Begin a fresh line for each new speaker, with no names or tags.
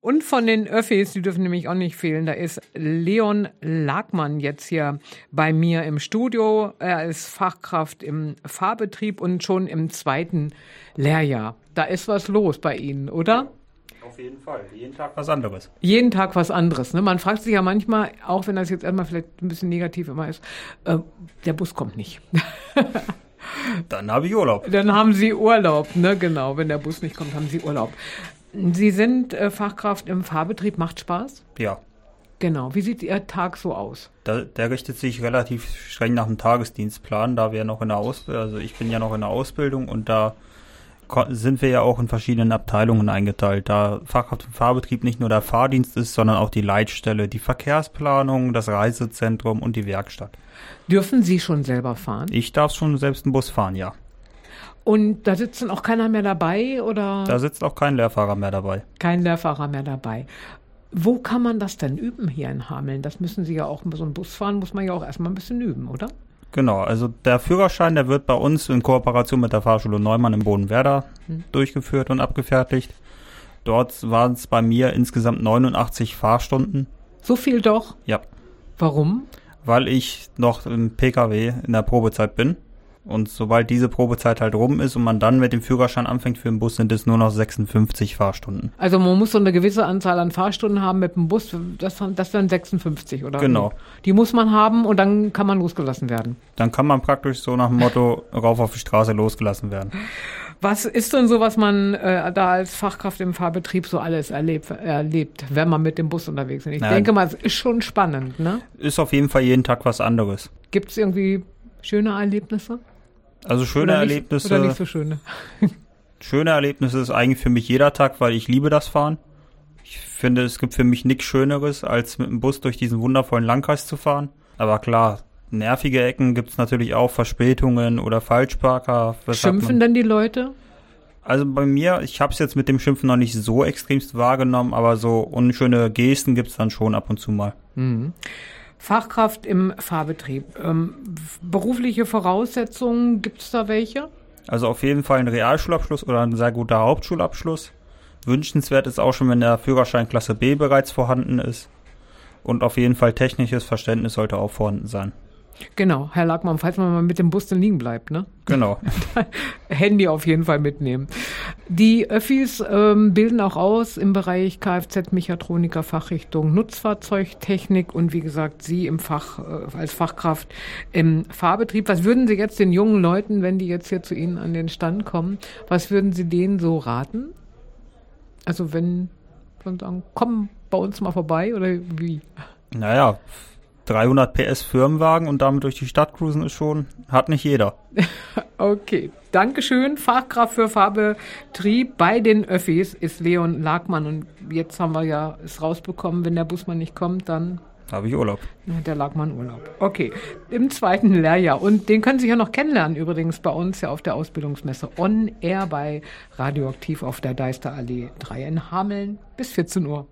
Und von den Öffis, die dürfen nämlich auch nicht fehlen. Da ist Leon Lagmann jetzt hier bei mir im Studio. Er ist Fachkraft im Fahrbetrieb und schon im zweiten Lehrjahr. Da ist was los bei Ihnen, oder?
Auf jeden Fall. Jeden Tag was anderes.
Jeden Tag was anderes. Ne? Man fragt sich ja manchmal, auch wenn das jetzt erstmal vielleicht ein bisschen negativ immer ist, äh, der Bus kommt nicht.
Dann habe ich Urlaub.
Dann haben Sie Urlaub, ne? Genau. Wenn der Bus nicht kommt, haben Sie Urlaub. Sie sind äh, Fachkraft im Fahrbetrieb, macht Spaß?
Ja.
Genau. Wie sieht Ihr Tag so aus?
Da, der richtet sich relativ streng nach dem Tagesdienstplan, da wir noch in der Ausbildung, also ich bin ja noch in der Ausbildung und da ko- sind wir ja auch in verschiedenen Abteilungen eingeteilt, da Fachkraft im Fahrbetrieb nicht nur der Fahrdienst ist, sondern auch die Leitstelle, die Verkehrsplanung, das Reisezentrum und die Werkstatt.
Dürfen Sie schon selber fahren?
Ich darf schon selbst einen Bus fahren, ja.
Und da sitzt dann auch keiner mehr dabei oder
Da sitzt auch kein Lehrfahrer mehr dabei.
kein Lehrfahrer mehr dabei? Wo kann man das denn üben hier in Hameln? Das müssen Sie ja auch, so einen Bus fahren muss man ja auch erstmal ein bisschen üben, oder?
Genau, also der Führerschein, der wird bei uns in Kooperation mit der Fahrschule Neumann in Bodenwerder
Hm.
durchgeführt und abgefertigt. Dort waren es bei mir insgesamt 89 Fahrstunden.
So viel doch.
Ja,
Warum?
weil ich noch im PKW in der Probezeit bin. Und sobald diese Probezeit halt rum ist und man dann mit dem Führerschein anfängt für den Bus, sind es nur noch 56 Fahrstunden.
Also man muss so eine gewisse Anzahl an Fahrstunden haben mit dem Bus. Das, das wären 56, oder?
Genau.
Die muss man haben und dann kann man losgelassen werden.
Dann kann man praktisch so nach dem Motto rauf auf die Straße losgelassen werden.
Was ist denn so, was man äh, da als Fachkraft im Fahrbetrieb so alles erlebt, erlebt wenn man mit dem Bus unterwegs ist? Ich
Nein.
denke mal, es ist schon spannend. Ne?
Ist auf jeden Fall jeden Tag was anderes.
Gibt es irgendwie schöne Erlebnisse?
Also schöne
oder nicht,
Erlebnisse.
Oder nicht so schöne?
Schöne Erlebnisse ist eigentlich für mich jeder Tag, weil ich liebe das Fahren. Ich finde, es gibt für mich nichts Schöneres, als mit dem Bus durch diesen wundervollen Landkreis zu fahren. Aber klar, nervige Ecken gibt es natürlich auch, Verspätungen oder Falschparker. weshalb
Schimpfen
man-
denn die Leute?
Also bei mir, ich habe es jetzt mit dem Schimpfen noch nicht so extremst wahrgenommen, aber so unschöne Gesten gibt es dann schon ab und zu mal.
Fachkraft im Fahrbetrieb. Ähm, f- berufliche Voraussetzungen, gibt es da welche?
Also auf jeden Fall ein Realschulabschluss oder ein sehr guter Hauptschulabschluss. Wünschenswert ist auch schon, wenn der Führerschein Klasse B bereits vorhanden ist. Und auf jeden Fall technisches Verständnis sollte auch vorhanden sein.
Genau, Herr Lackmann, falls man mal mit dem Bus dann liegen bleibt, ne?
Genau.
Handy auf jeden Fall mitnehmen. Die Öffis ähm, bilden auch aus im Bereich Kfz-Mechatroniker, Fachrichtung Nutzfahrzeugtechnik und wie gesagt, Sie im Fach, äh, als Fachkraft im Fahrbetrieb. Was würden Sie jetzt den jungen Leuten, wenn die jetzt hier zu Ihnen an den Stand kommen, was würden Sie denen so raten? Also wenn, wenn sie sagen, komm bei uns mal vorbei oder wie?
Naja, 300 PS Firmenwagen und damit durch die Stadt cruisen ist schon, hat nicht jeder.
Okay, Dankeschön. Fachkraft für Fahrbetrieb bei den Öffis ist Leon Lagmann. Und jetzt haben wir ja es rausbekommen, wenn der Busmann nicht kommt, dann
Da habe ich Urlaub.
hat der Lagmann Urlaub. Okay, im zweiten Lehrjahr. Und den können Sie ja noch kennenlernen, übrigens bei uns ja auf der Ausbildungsmesse On Air bei Radioaktiv auf der Deisterallee 3 in Hameln bis 14 Uhr.